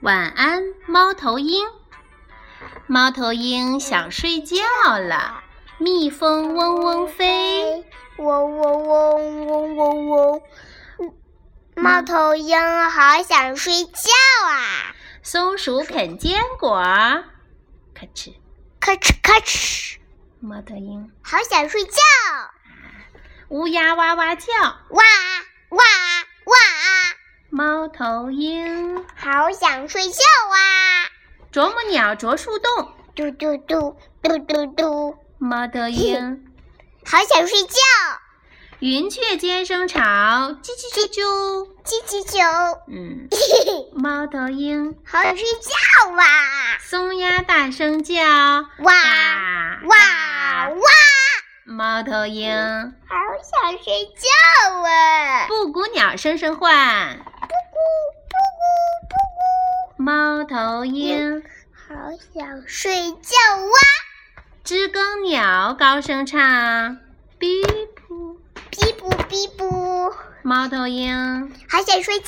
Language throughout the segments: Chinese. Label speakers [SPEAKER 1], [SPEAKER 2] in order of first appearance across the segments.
[SPEAKER 1] 晚安，猫头鹰。猫头鹰想睡觉了，蜜蜂嗡嗡飞，
[SPEAKER 2] 嗡嗡嗡嗡嗡嗡。猫头鹰好想睡觉啊！
[SPEAKER 1] 松鼠啃坚果，咔哧，
[SPEAKER 2] 咔哧咔哧，
[SPEAKER 1] 猫头鹰。
[SPEAKER 2] 好想睡觉！
[SPEAKER 1] 乌鸦哇哇叫，
[SPEAKER 2] 哇哇哇！
[SPEAKER 1] 猫头鹰。
[SPEAKER 2] 好想睡觉啊！
[SPEAKER 1] 啄木鸟啄树洞，
[SPEAKER 2] 嘟嘟嘟嘟嘟嘟，
[SPEAKER 1] 猫头鹰。
[SPEAKER 2] 好想睡觉！
[SPEAKER 1] 云雀尖声吵，叽叽啾啾。
[SPEAKER 2] 七七九，
[SPEAKER 1] 嗯，猫头鹰。
[SPEAKER 2] 好想睡觉啊！
[SPEAKER 1] 松鸦大声叫，啊
[SPEAKER 2] 哇
[SPEAKER 1] 嘎
[SPEAKER 2] 哇
[SPEAKER 1] 嘎。
[SPEAKER 2] 啊哇！哦
[SPEAKER 1] 猫头鹰。
[SPEAKER 2] 好想睡觉啊！
[SPEAKER 1] 布谷鸟声声唤，布谷布谷布谷。猫头鹰。
[SPEAKER 2] 好想睡觉啊哇！
[SPEAKER 1] 知更鸟高声唱，哔噗。
[SPEAKER 2] 哔不哔不，
[SPEAKER 1] 猫头鹰。
[SPEAKER 2] 好想睡觉。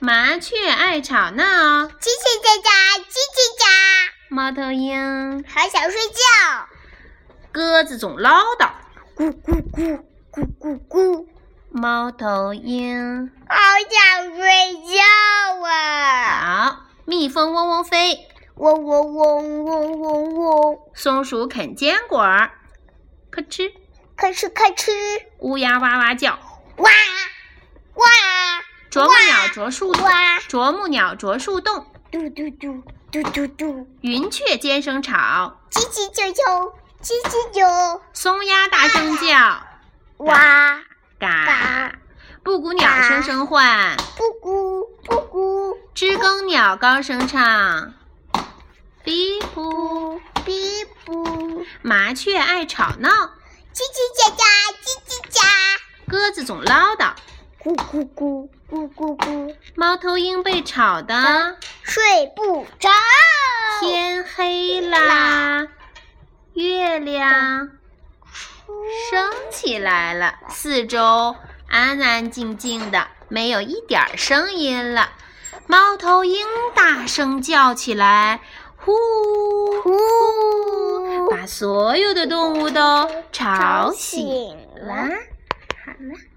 [SPEAKER 1] 麻雀爱吵闹，
[SPEAKER 2] 叽叽喳喳，叽叽喳，
[SPEAKER 1] 猫头鹰。
[SPEAKER 2] 好想睡觉。
[SPEAKER 1] 鸽子总唠叨，
[SPEAKER 2] 咕咕咕咕咕咕，
[SPEAKER 1] 猫头鹰。
[SPEAKER 2] 好想睡觉啊！
[SPEAKER 1] 好，蜜蜂嗡嗡飞，
[SPEAKER 2] 嗡嗡嗡嗡嗡嗡，
[SPEAKER 1] 松鼠啃坚果，咔哧，
[SPEAKER 2] 咔哧咔哧，
[SPEAKER 1] 乌鸦哇哇叫，
[SPEAKER 2] 哇哇
[SPEAKER 1] 啄木鸟啄树洞，
[SPEAKER 2] 哇！
[SPEAKER 1] 啄木鸟啄树洞，
[SPEAKER 2] 嘟嘟嘟嘟嘟嘟，
[SPEAKER 1] 云雀尖声吵，
[SPEAKER 2] 叽叽啾啾，叽叽啾，
[SPEAKER 1] 松鸦大声叫，
[SPEAKER 2] 哇！
[SPEAKER 1] 嘎
[SPEAKER 2] 嘎。
[SPEAKER 1] 布谷鸟声声唤，
[SPEAKER 2] 布谷布谷，
[SPEAKER 1] 知更鸟高声唱，哔呼。
[SPEAKER 2] 哔布，
[SPEAKER 1] 麻雀爱吵闹，
[SPEAKER 2] 叽叽喳喳，叽叽喳，
[SPEAKER 1] 鸽子总唠叨，
[SPEAKER 2] 咕咕咕咕咕咕，
[SPEAKER 1] 猫头鹰被吵的。
[SPEAKER 2] 睡不着。
[SPEAKER 1] 天黑啦，月亮升起来了，四周安安静静的，没有一点儿声音了。猫头鹰大声叫起来，呼呼，把所有的动物都吵醒了。好了。